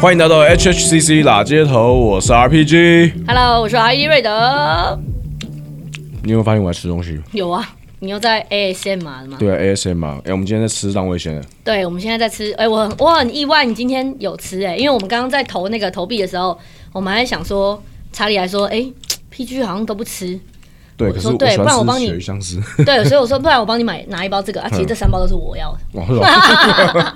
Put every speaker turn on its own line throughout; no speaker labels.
欢迎来到 HHCC 拉街头，我是 RPG。
Hello，我是阿伊瑞德。
你有没有发现我在吃东西？
有啊，你又在 ASM 嘛了吗？
对啊，ASM 啊，哎、我们今天在吃浪味仙，
对，我们现在在吃。哎、我很我很意外，你今天有吃哎、因为我们刚刚在投那个投币的时候，我们还想说，查理还说，哎、p g 好像都不吃，
对，
我
可是
说
我
对
喜
不然我
欢
帮
吃
你
鳕鱼香 丝。
对，所以我说，不然我帮你买拿一包这个啊，
嗯
其实这三包都是我要的。
哇，是吧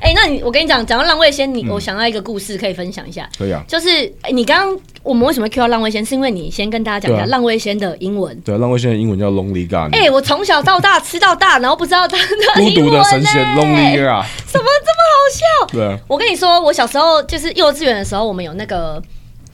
哎、那你我跟你讲，讲到浪味
嗯
仙，你、我想到一个故事可以分享一下，
可以啊，
就是、哎你刚刚我们为什么 Q 到浪味仙，是因为你先跟大家讲一下
对啊
浪味仙的英文。
对啊，浪味仙的英文叫 Lonely God，、
哎、我从小到大吃到大，然后不知道它的
孤
英
独
文、
的
呢，
神仙 Lonely God，
怎么这么好笑？
对啊，
我跟你说，我小时候就是幼稚园的时候，我们有那个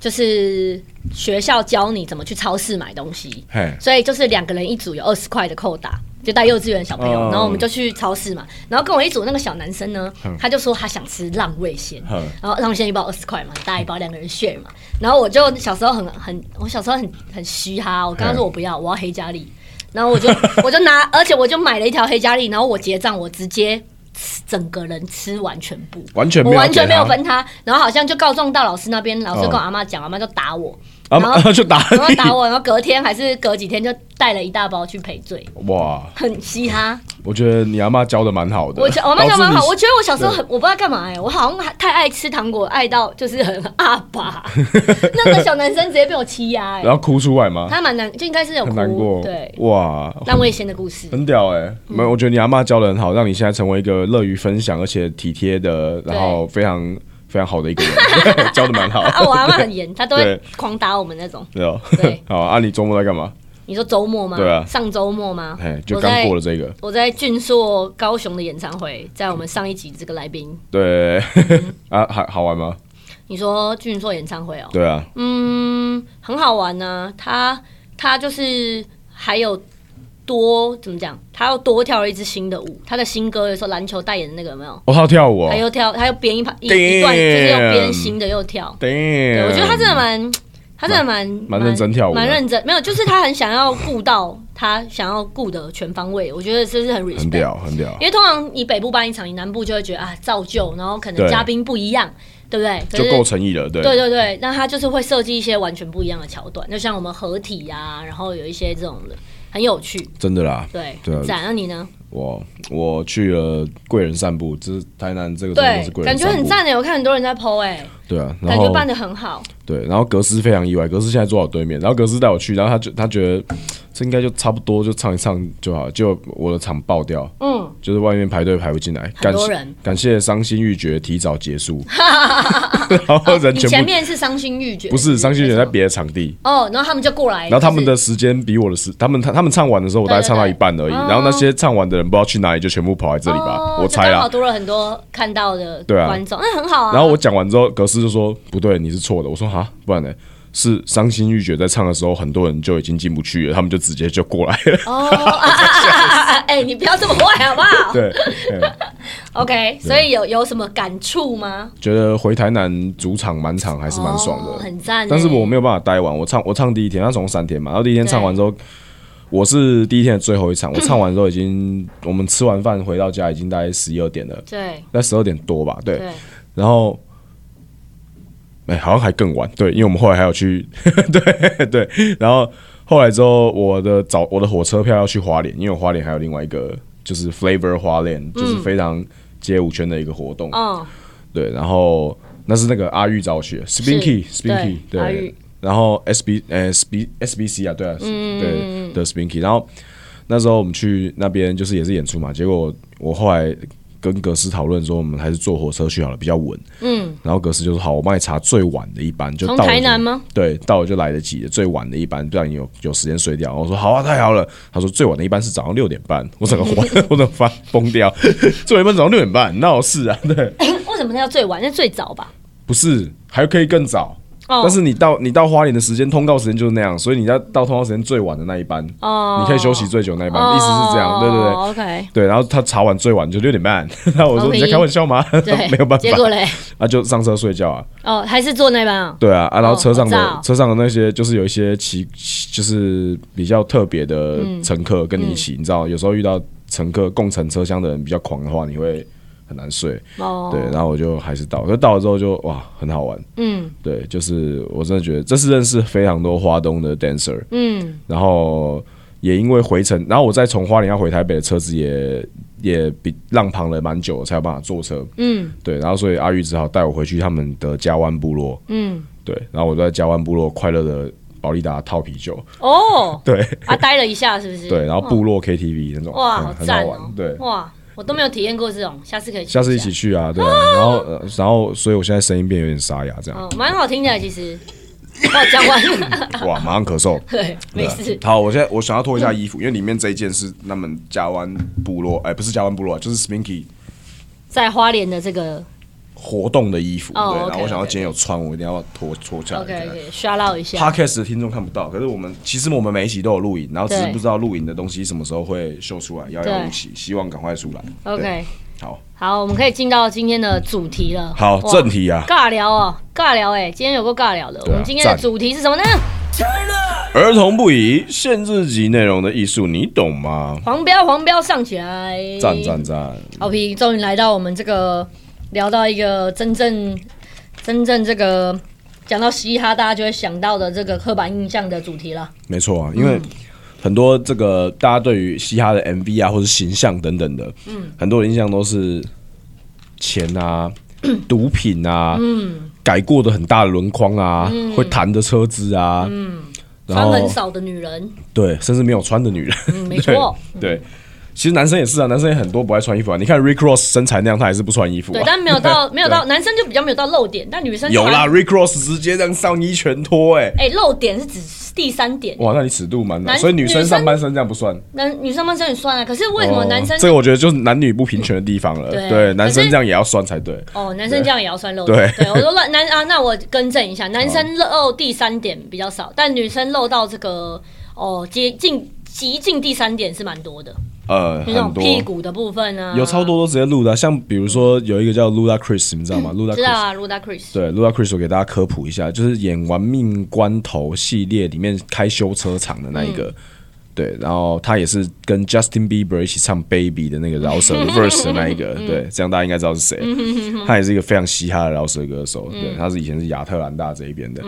就是学校教你怎么去超市买东西，
嘿，
所以就是两个人一组有二十块的扣打，就带幼稚园小朋友，
嗯
然后我们就去超市嘛，然后跟我一组那个小男生呢
嗯，
他就说他想吃浪味仙
嗯，
然后浪味仙一包二十块嘛，大家一包两个人 share 嘛，然后我就小时候很很，我小时候很很虚哈，我刚刚说我不要，我要黑加力，然后我就 我就拿，而且我就买了一条黑加力，然后我结账，我直接吃整个人吃完全部。
完全没
我
有，哦
完全没有，分他，然后好像就告状到老师那边，老师跟我阿妈讲，阿妈就打我，
啊
然 后
就打
然后
你
打我，然后隔天还是隔几天就带了一大包去赔罪，
哇，
很嘻哈。
我觉得你阿妈教的蛮好的，
我觉我妈讲蛮
导致
好，
你
我觉得我小时候很我不知道干嘛哎、我好像还太爱吃糖果，爱到就是很阿爸， 那个小男生直接被我欺压哎、
然后哭出来吗？
他蛮难，就应该是有
很难
哭，
过，
对，
哇，
浪味仙的故 事，
很屌哎、
嗯
没有，我觉得你阿妈教的很好，让你现在成为一个乐于分享而且体贴的，然后非常非常好的一个 人，教的蛮好。
啊，我阿妈很严，她都会
对
狂打我们那种。
对哦
对，
好啊，你周末在干嘛？
你说周末吗？
对啊
上周末吗
哎，？就
我
刚
在
过了这个，
我在俊硕高雄的演唱会，在我们上一集这个来宾，
对
嗯
啊，还好玩吗？
你说俊硕演唱会哦，
对啊，
嗯，很好玩呢、他他就是还有多怎么讲，他又多跳了一支新的舞，他的新歌有时候篮球代言的那个有没有？
哦，他要跳舞哦
他又跳，他又编一排一
Damn
一段，就是又编新的又跳。对，
，damn，
我觉得他真的蛮，他真的蛮
嗯蛮认真跳舞的
蛮认真。没有，就是他很想要顾到他想要顾的全方位，我觉得这是很 respect
很。屌，很屌，
因为通常你北部办一场，你南部就会觉得啊造就，然后可能
对
嘉宾不一样，对不对？
就
可
够
是
诚意了，对，
对对对，那他就是会设计一些完全不一样的桥段，就像我们合体啊，然后有一些这种的，很有趣。
真的啦，
对，
对啊
很赞。那你呢？
我我去了贵人散步，这是台南这个周末
对
是，贵人
感觉
散
很
步，
赞欸的，我看很多人在 PO 哎，
对啊，然
感觉
后
办的很好。
对，然后格斯非常意外，格斯现在坐我对面，然后格斯带我去，然后他就他觉得这应该就差不多，就唱一唱就好，结果我的场爆掉，
嗯，
就是外面排队排不进来，
很
感
多
谢
人
感谢伤心欲绝提早结 束，然后人
你
全
前
部
面是伤心欲绝，
不是伤心欲绝在
没错
别的场地，
哦，然后他们就过来，
然后他们
就
的时间比我的时，他们他他们唱完的时候，我大概
对对
唱到
对
一半而已，然后那些唱完的人不知道去哪里，就全部跑来这
是
里吧，
哦
我
就
猜
刚好
啦。
多了很多看到的
对啊
观众，那很好啊。
然后我讲完之后，格斯就说不对，你是错的。我说哈，不然呢？是伤心欲绝在唱的时候，很多人就已经进不去了，他们就直接就过来了。
哦， 啊啊啊啊啊哎，你不要这么坏好不好？
对，
OK，所以有有什么感触吗？
觉得回台南主场满场还是蛮爽的，
哦很赞欸。
但是我没有办法待完，我唱我唱第一天，他总共三天嘛，然后第一天
对
唱完之后，我是第一天的最后一场，我唱完之后已经我们吃完饭回到家已经大概十一二点了，
对
在十二点多吧，对，
对，
然后。哎、好像还更晚，对，因为我们后来还要去， 对对，然后后来之后，我的早我的火车票要去花莲，因为我花莲还有另外一个就是 Flavor 花莲，就是非常街舞圈的一个活动，
嗯，
对，然后那是那个阿玉找我去的，Spinky
对
Spinky 对，
阿玉
然后 SB 呃 SB SBC 啊，对啊，
嗯
对的 Spinky，然后那时候我们去那边就是也是演出嘛，结果我后来跟格斯讨论说，我们还是坐火车去好了，比较稳。嗯，然后格斯就说好，我帮你查最晚的一班，就
从
到了
台
就
南吗？
对，到了就来得及的，最晚的一班，不然你有有时间睡掉。我说好啊，太好了。他说最晚的一班是早上六点半，我 整个完，我整个发疯掉，最晚一班早上六点半，闹事啊，对。
哎为什么那叫最晚？那最早吧？
不是，还可以更早。
哦
但是你到你到花莲的时间，通告时间就是那样，所以你要到通告时间最晚的那一班，
哦，
你可以休息最久那一班，哦意思是这样，对对对。
，OK，
对，然后他查完最晚就六点 半，然后我说
OK
你在开玩笑吗？
哦 对，
没有办法
结，果嘞，
啊就上车睡觉啊，
哦，还是坐那班啊？
对啊啊，然后
哦
车上的、
好早
车上的那些就是有一些奇，就是比较特别
嗯
的乘客跟你一起，你知道，有时候遇到乘客共乘车厢的人比较狂的话，你会很难睡。
哦，
对，然后我就还是到，可到了之后就哇，很好玩。
嗯
对，就是我真的觉得这次认识非常多花东的 dancer，
嗯，
然后也因为回程，然后我再从花莲要回台北的车子也也比浪旁了蛮久，才有办法坐车。
嗯
对，然后所以阿玉只好带我回去他们的加湾部落。
嗯，
对，然后我在加湾部落快乐的宝利达套啤酒。
哦，
对
啊，待了一下是不 是？
对，然后部落 KTV 那种，
哇，
嗯
好
很好
赞
玩。
哦，
对，
哇，我都没有体验过这种，下次可以去
下次一
下
起去啊，对啊。然后呃然后，所以我现在声音变有点沙哑，这样
哦，蛮好听的，其实。我讲完，
哇，马上咳嗽。
对， 没事
对。啊好，我现在我想要脱一下衣服，因为里面这一件是他们加湾部落，哎、不是加湾部落，就是 Spinky
在花莲的这个
活动的衣服。
哦
对，
OK，
然后我想要今天有穿，我一定要脱脱下来。
OK
对啊
OK，刷到一下。
Podcast 的听众看不到，可是我们其实我们每一集都有录影，然后只是
对
不知道录影的东西什么时候会秀出来，遥遥
对
无期，希望赶快出来。对
OK，
好，
好，我们可以进到今天的主题了。
好
哇
正题啊
尬聊哦，尬聊哎，今天有个尬聊的。我
啊
们今天的
赞
主题是什么呢？
儿童不宜，限制级内容的艺术，你懂吗？
黄标，黄标上起来。
赞赞赞！
好皮终于来到我们这个聊到一个真正真正这个讲到嘻哈，大家就会想到的这个刻板印象的主题了。
没错
嗯
啊，因为很多这个大家对于嘻哈的 MV 啊，或是形象等等的，嗯，很多人印象都是钱 啊、毒品啊，嗯，改过的很大的轮框啊，会弹的车子啊，嗯，然
嗯穿
后
很少的女人，
对，甚至没有穿的女人，
嗯没错
对，对。其实男生也是啊，男生也很多不爱穿衣服啊。你看 Rick Ross 身材那样，他还是不穿衣服
对，
啊。
但没有到没有到男生就比较没有到露点，但女生
有啦
穿。
，Rick Ross 直接让上衣全脱，哎，
哎，露点是指第三点，
哇，那你尺度蛮
男
难。所以女
女
生
生
上半身这样不算。
男女上半身也算啊。可是为什么男生
哦这个我觉得就是男女不平权的地方了。
对可
对，
是
男生这样也要算才对。
哦，男生这样也要算漏
对
对，我说漏男啊，那我更正一下，男生漏第三点比较少，但女生漏到这个哦接近极近第三点是蛮多的，
呃，
就那
很
种
多
屁股的部分啊，
有超多都直接录的啊，像比如说有一个叫 Luda Chris，你知道吗？Luda
知道
Chris。
啊，Luda Chris，
对，Luda Chris，我给大家科普一下，就是演完《命关头》系列里面开修车厂的那一个，对，然后他也是跟 Justin Bieber 一起唱《Baby》的那个饶舌 verse 的那一个，对，这样大家应该知道是谁。他也是一个非常嘻哈的饶舌歌手，对，他是以前是亚特兰大这一边的。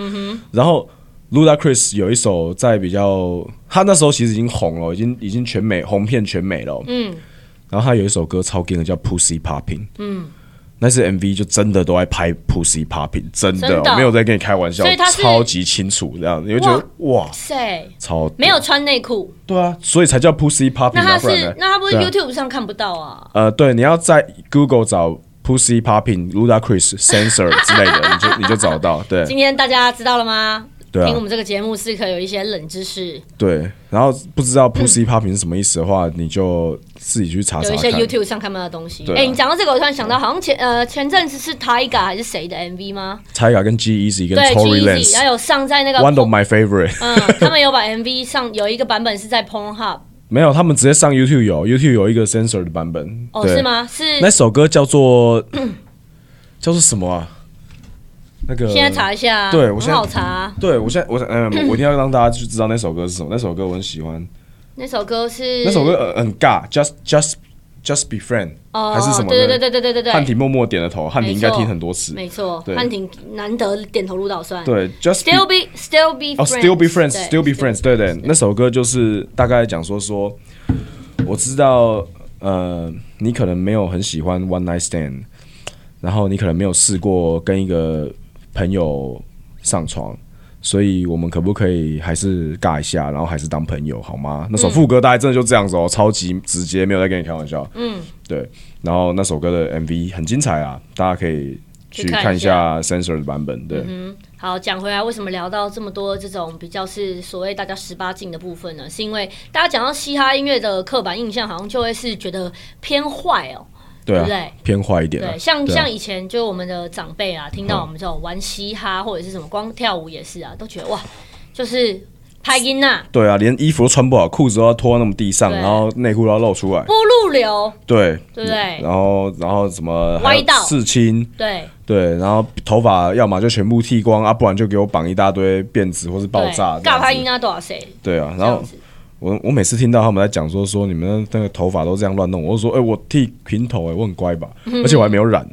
然后 Luda Chris 有一首在比较，他那时候其实已经红了，已经已经全美红遍全美了。嗯，然后他有一首歌超劲的叫《Pussy Popping》。嗯。那是 MV 就真的都在拍 Pussy Popping，真的
真的
没有在跟你开玩笑
所以他，是
超级清楚这样，你会觉得哇，
谁
超
没有穿内裤？
对啊，所以才叫 Pussy Popping
那他
啊，不然
是
呢？
那他不是
对啊
YouTube 上看不到啊？
呃，对，你要在 Google 找 Pussy Popping、Luda Chris、Sensor 之类的， 你就你就找得到。对
今天大家知道了吗？
对啊
听我们这个节目是可以有一些冷知识，
对，然后不知
嗯
道 Pussy Popping 是什么意思的话，你就自己去查查
有一些
啊看。
YouTube 上看不到的东西。
对啊
哎，你讲到这个，我突然想到，好像前呃前阵子是 Tiger 还是谁的 MV 吗？
蔡雅跟 G Easy 跟
对哎
Tory
，G-Eazy，还
Lanez。
有上在那个
One of my favorite，、
嗯，他们有把 MV 上有一个版本是在 Pornhub，
没有，他们直接上 YouTube 有 YouTube 有一个 censor 的版本，
哦，
对
是？吗？是
那首歌叫做 叫做什么啊？那个
现在查一下，啊
对我现在
很好查。啊
对我现在我想，嗯、 我一定要让大家去知道那首歌是什么。那首歌我很喜
嗯
欢，
那首歌是
那首歌呃很尬，just just just be friend，、
哦，
还是什么？
对对对对对对对，
汉庭默默点了头，汉庭应该
没错
听很多次。
没错，
对
汉庭难得点头如捣蒜。
对，just be
，Still be Still be
哦 still be friends，still be
对
friends，对对，那首歌就是大概讲说说，我知道呃，你可能没有很喜欢 one night stand，然后你可能没有试过跟一个朋友上床。所以我们可不可以还是尬一下，然后还是当朋友好吗？那首副歌大概真的就这样子哦，超级直接，没有在跟你开玩笑。嗯，对。然后那首歌的 MV 很精彩啊，大家可以去
去看
看
一
一
下
下 Sensor 的版本。对，
好，讲回来，为什么聊到这么多这种比较是所谓大家十八禁的部分呢？是因为大家讲到嘻哈音乐的刻板印象，好像就会是觉得偏坏哦，
对
对不对
啊，偏坏一点啊。
对，像
对啊
像以前就我们的长辈啊，听到我们这种玩嘻哈或者是什么光跳舞也是啊，都觉得哇，就是拍音呐、
对啊，连衣服都穿不好，裤子都要拖到那么地上，
对
然后内裤都要露出来
不，入流，
对
对不对
然后然后什么还有
歪到
刺青，
对
对，然后头发要么就全部剃光啊，不然就给我绑一大堆辫子或是爆炸，
对，尬拍
这样
音
子
啊多少谁？
对啊，
这
然后
样子，
我我每次听到他们在讲说说你们那个头发都这样乱弄，我就说，哎、我剃平头、哎，我很乖吧，而且我还没有染，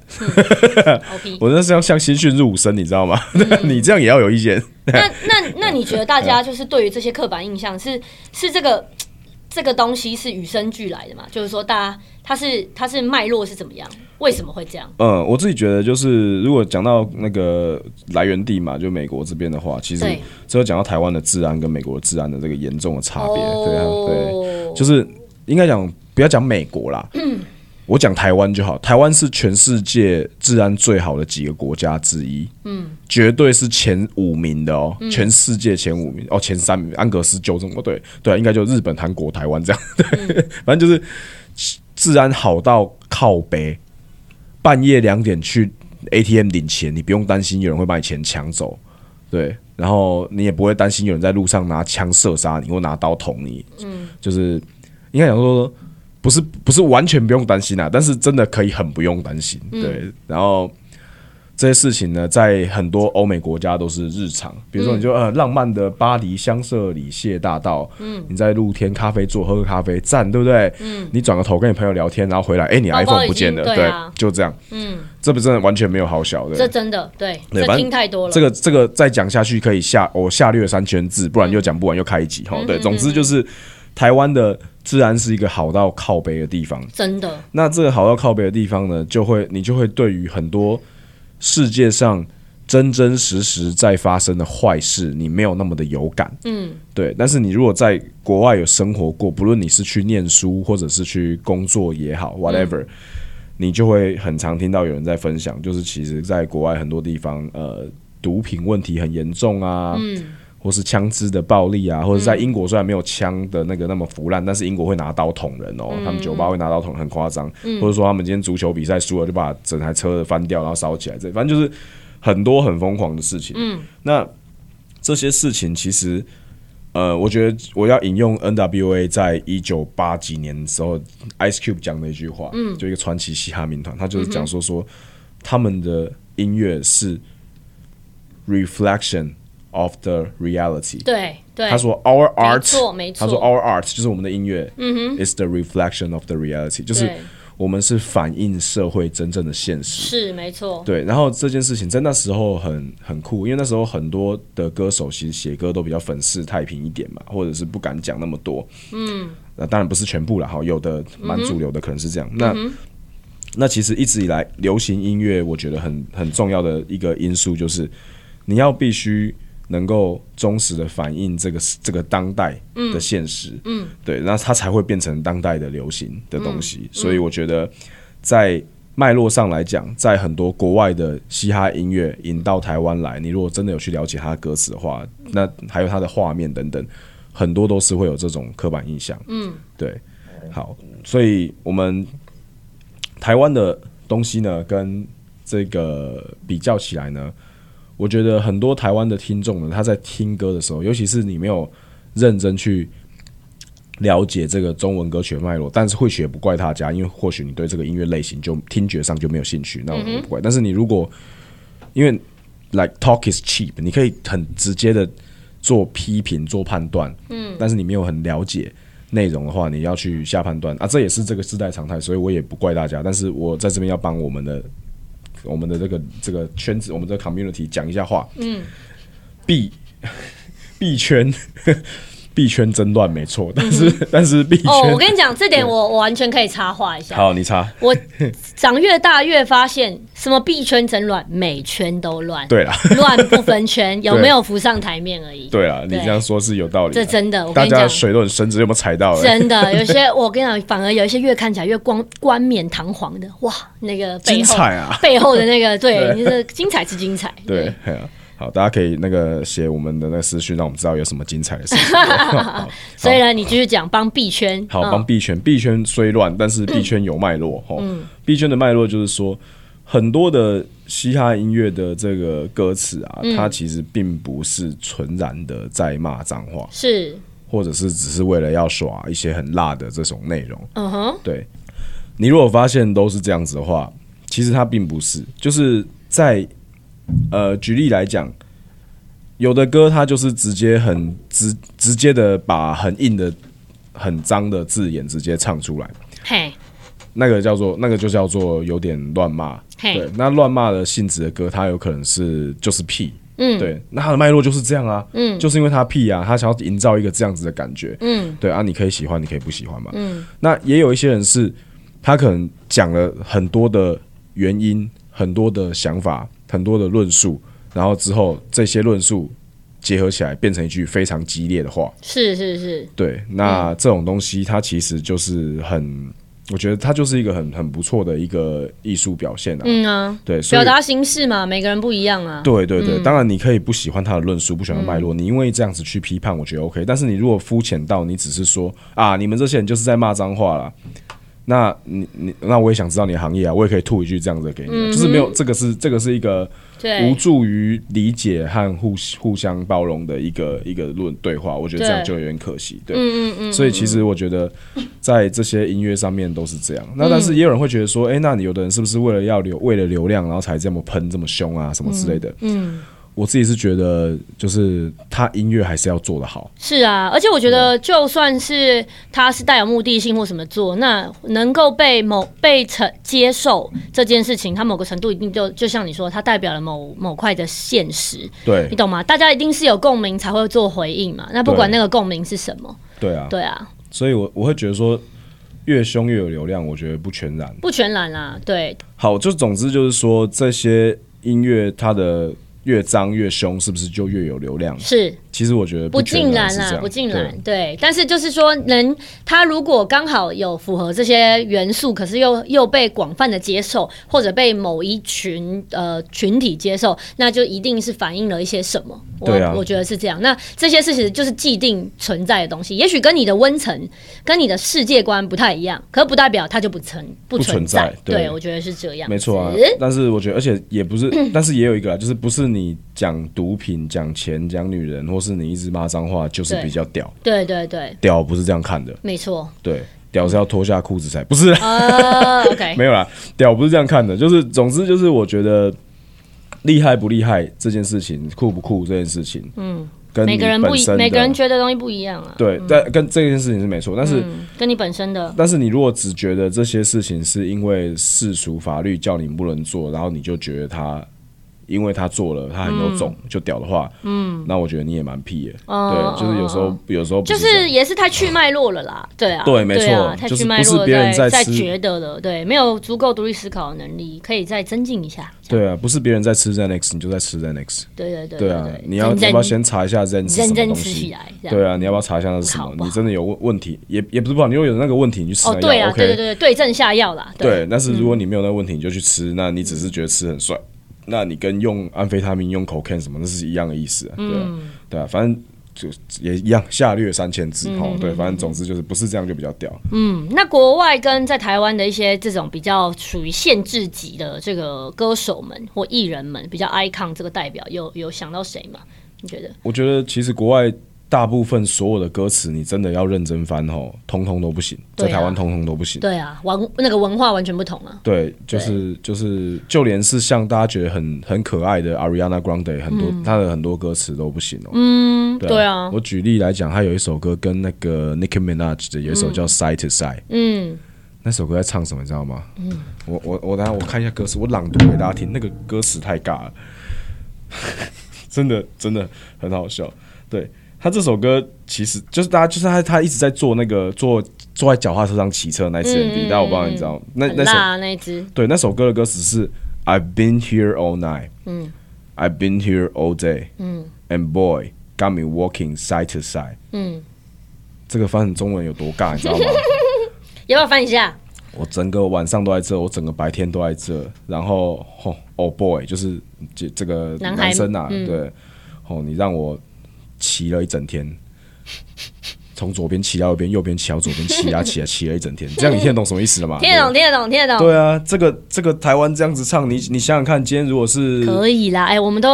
OP。
我那是要向新训入生，你知道吗？ 你这样也要有意见。
那那那你觉得大家就是对于这些刻板印象是是这个这个东西是与生俱来的嘛？就是说大家它是它是脉络是怎么样？为什么会这样？
嗯，我自己觉得就是，如果讲到那个来源地嘛，就美国这边的话，其实
对
只有讲到台湾的治安跟美国的治安的这个严重的差别，对啊，对，
哦，
就是应该讲不要讲美国啦，我讲台湾就好，台湾是全世界治安最好的几个国家之一，嗯，绝对是前五名的哦，全世界前五名哦，前三名，安格斯纠正我，对对啊、应该就日本、韩国、台湾这样， 对，反正就是治安好到靠北，半夜两点去 ATM 领钱，你不用担心有人会把你钱抢走，对，然后你也不会担心有人在路上拿枪射杀你或拿刀捅你，嗯，就是应该讲说不是不是完全不用担心啊，但是真的可以很不用担心，对，然后。这些事情呢，在很多欧美国家都是日常。比如说，你就、呃浪漫的巴黎香榭里谢大道，嗯，你在露天咖啡座喝个咖啡，赞，对不对？嗯，你转个头跟你朋友聊天，然后回来，哎、你
包包
iPhone
已
不见
经
了，
对啊
就这样，嗯，这不真的完全没有好小的，
这真的对，
对
这
反正
听太多了。
这个这个再讲下去可以下我、下略三千字，不然
嗯
又讲不完又开一集哈。对，总之就是台湾的治安是一个好到靠北的地方。
真的，
那这个好到靠北的地方呢，就会你就会对于很多世界上真真实实在发生的坏事，你没有那么的有感。
嗯，
对，但是你如果在国外有生活过，不论你是去念书或者是去工作也好，whatever，、你就会很常听到有人在分享，就是其实在国外很多地方，呃，毒品问题很严重啊，或是枪支的暴力啊，或者在英国虽然没有枪的那个那么腐烂，但是英国会拿刀捅人哦，他们酒吧会拿刀捅人，很夸张，或者说他们今天足球比赛输了就把整台车子翻掉然后烧起来，这反正就是很多很疯狂的事情。嗯，那这些事情其实。呃，我觉得我要引用 NWA 在一九八几年的时候 Ice Cube 讲的一句话，嗯，就一个传奇嘻哈民团，他就是讲说说、他们的音乐是 reflection of the reality。
对对
他，说 our
没
art，
错没
他说
错，
our art 就是我们的音乐，嗯哼，is the reflection of the reality，就是
对
我们是反映社会真正的现实。
是没错，
对，然后这件事情在那时候很很酷，因为那时候很多的歌手其实写歌都比较粉饰太平一点嘛，或者是不敢讲那么多。嗯，那当然不是全部了哈，有的蛮主流的可能是这样。那、那其实一直以来，流行音乐我觉得很很重要的一个因素就是，你要必须能够忠实的反映这个这个当代的现实。嗯，对，那它才会变成当代的流行的东西。所以我觉得在脉络上来讲，在很多国外的嘻哈音乐引到台湾来，你如果真的有去了解它的歌词的话，那还有它的画面等等，很多都是会有这种刻板印象。嗯，对。好，所以我们台湾的东西呢，跟这个比较起来呢，我觉得很多台湾的听众呢，他在听歌的时候，尤其是你没有认真去了解这个中文歌曲的脉络，但是会学不怪大家，因为或许你对这个音乐类型就听觉上就没有兴趣，那我不怪。但是你如果因为 like talk is cheap，你可以很直接的做批评、做判断，嗯，但是你没有很了解内容的话，你要去下判断啊，这也是这个时代常态，所以我也不怪大家，但是我在这边要帮我们的我们的这个这个圈子，我们这个 community 讲一下话，嗯，币币圈币圈争乱没错，但是、 但是币圈、
哦，我跟你讲，这点我我完全可以插话一下。
好，你查
我长越大越发现，什么币圈真乱，每圈都乱，
对啦，
乱不分 圈，有没有浮上台面而已。
对啦，你这样说是有道理的。
这真的，我
大
跟你
家
讲
的，水都很深，只是有没有踩到而已？
真的有些我跟你讲，反而有一些越看起来越光冠冕堂皇的，哇，那个背后
精彩啊
背后的那 个，对，
对
你是精彩是精彩，
对，嘿啊好，大家可以那个写我们的那个私讯，让我们知道有什么精彩的事情。好
所以呢，你继续讲帮币圈，
好，
嗯
帮币圈，币圈虽乱，但是币圈有脉络。吼、币圈的脉络就是说，很多的嘻哈音乐的这个歌词啊，它其实并不是纯然的在骂脏话，
是，
或者是只是为了要耍一些很辣的这种内容。
嗯哼，
对，你如果发现都是这样子的话，其实它并不是，就是在呃，举例来讲，有的歌它就是直接很直直接的把很硬的很脏的字眼直接唱出来，
嘿，
那个叫做那个就叫做有点乱骂。
嘿
对，那乱骂的性质的歌，它有可能是就是屁。
嗯
对，那它的脉络就是这样啊。
嗯
就是因为它屁啊，他想要营造一个这样子的感觉。
嗯
对啊，你可以喜欢，你可以不喜欢嘛。
嗯
那也有一些人是，他可能讲了很多的原因、很多的想法、很多的论述，然后之后这些论述结合起来变成一句非常激烈的话。
是是是，
对，那
嗯
这种东西它其实就是很，我觉得它就是一个很很不错的一个艺术表现啊。
嗯啊，
对，所以
表达形式嘛，每个人不一样啊。
对对对，当然你可以不喜欢他的论述，不喜欢脉络，你因为这样子去批判，我觉得 OK。但是你如果肤浅到你只是说啊，你们这些人就是在骂脏话啦，那你你那我也想知道你的行业啊，我也可以吐一句这样子给你啊，就是没有这个是这个是一个无
对，
助于理解和互互相包容的一个一个论对话，我觉得这样
对
就有点可惜，对。
嗯嗯嗯，
所以其实我觉得，在这些音乐上面都是这样。那但是也有人会觉得说，哎、那你有的人是不是为了要流为了流量，然后才这么喷这么凶啊什么之类的？
嗯，
我自己是觉得，就是他音乐还是要做得好。
是啊，而且我觉
嗯
得，就算是他是带有目的性或什么做，那能够被某被成接受这件事情，他某个程度一定就就像你说，它代表了某某块的现实，
对
你懂吗？大家一定是有共鸣才会做回应嘛。那不管
对
那个共鸣是什么，
对啊，
对啊，
所以我我会觉得说，越凶越有流量，我觉得不全然。
不全然啦，对，
好，就总之就是说，这些音乐它的越脏越凶，是不是就越有流量？
是
其实我觉得
不
全
尽
然
然
是这
啦，
样，
不尽然
对，
对。但是就是说，能他如果刚好有符合这些元素，可是又又被广泛的接受，或者被某一群呃群体接受，那就一定是反映了一些什么。我
对啊
我觉得是这样。那这些事情就是既定存在的东西，也许跟你的温层、跟你的世界观不太一样，可不代表它就不存不
不存在对
对，我觉得是这样。
没错啊。但是我觉得，而且也不是， 但是也有一个啦，就是不是你讲毒品、讲钱、讲女人，或是你一直骂脏话，就是
对
比较屌。
对对对，
屌不是这样看的，
没错。
对，屌是要脱下裤子才，不是啦。
呃，OK，
没有啦，屌不是这样看的，就是总之就是我觉得厉害不厉害这件事情，酷不酷这件事情，嗯，跟
每个人
你
不
本
一
身，的
每个人觉得东西不一样啊。
对，但跟这件事情是没错，但是、
嗯，跟你本身的
但是你如果只觉得这些事情是因为世俗法律叫你不能做，然后你就觉得他。因为他做了，他很
嗯
有种，就屌的话，嗯，那我觉得你也蛮屁的，
哦
对，就是有时候，有时候不
就是
这样
是也是太去脉络了啦，对啊，
对没错
啊、太
就是
去脉
不
络
是
了，
别人在
在
吃
觉得了，对，没有足够独立思考的能力，可以再增进一下，
对啊，不是别人在吃 Zenex，你就在吃 Zenex，
对对对
对啊，你要
认
你
真
要不要先查一下 Zen 是什
认
么
真
东
吃起
西？
来，这样
对啊，你要不要查一下那是什
不
么
好？不好
你真的有问问题，也也不是不好，你如果有那个问题，你去吃
哦，
那
对
药
啊，对对
，OK。
对，对嗯症下药啦，
对，但是如果你没有那个问题，你就去吃，那你只是觉得吃很帅，那你跟用安非他命、用 cocaine 什么，那是一样的意思啊，
嗯
对啊，对啊，反正就也一样，下略三千字哦，对，反正总之就是不是这样就比较屌，
嗯，那国外跟在台湾的一些这种比较属于限制级的这个歌手们或艺人们，比较 icon 这个代表，有有想到谁吗？你觉得？
我觉得其实国外大部分所有的歌词，你真的要认真翻吼，通通都不行，在
对啊
台湾通通都不行。
对啊，文那个文化完全不同啊，
对，就是就是，就连是像大家觉得很很可爱的 Ariana Grande，很
嗯
多她、的很多歌词都不行哦。嗯，对
对啊
我举例来讲，她有一首歌跟那个 Nicki Minaj 的有一首叫 Side to Side，
嗯，
那首歌在唱什么，你知道吗？嗯，我我我等下我看一下歌词，我朗读给大家听，那个歌词太尬了， 真的真的很好笑。对他这首歌，其实就是大家就是他他一直在做那个坐坐在脚踏车上骑车那一次
嗯
MV，、但我不知道你知道那
很
那首
辣啊那一只，
对，那首歌的歌词是 I've been here all night，
嗯
i v e been here all day，
嗯
and boy got me walking side to side。
嗯，
这个翻成中文有多尬，你知道吗？
要不要翻一下？
我整个晚上都在这，我整个白天都在这，然后吼，oh boy，就是这这个
男孩
男生啊，
嗯
对，哦，你让我骑了一整天，从左边骑到右边，右边骑到左边，骑啊骑啊骑了一整天，这样你听得懂什么意思了吗？
听得懂，听得懂，听得懂。
啊对啊，这个这个台湾这样子唱，你你想想看，今天如果是
可以啦，哎、我们都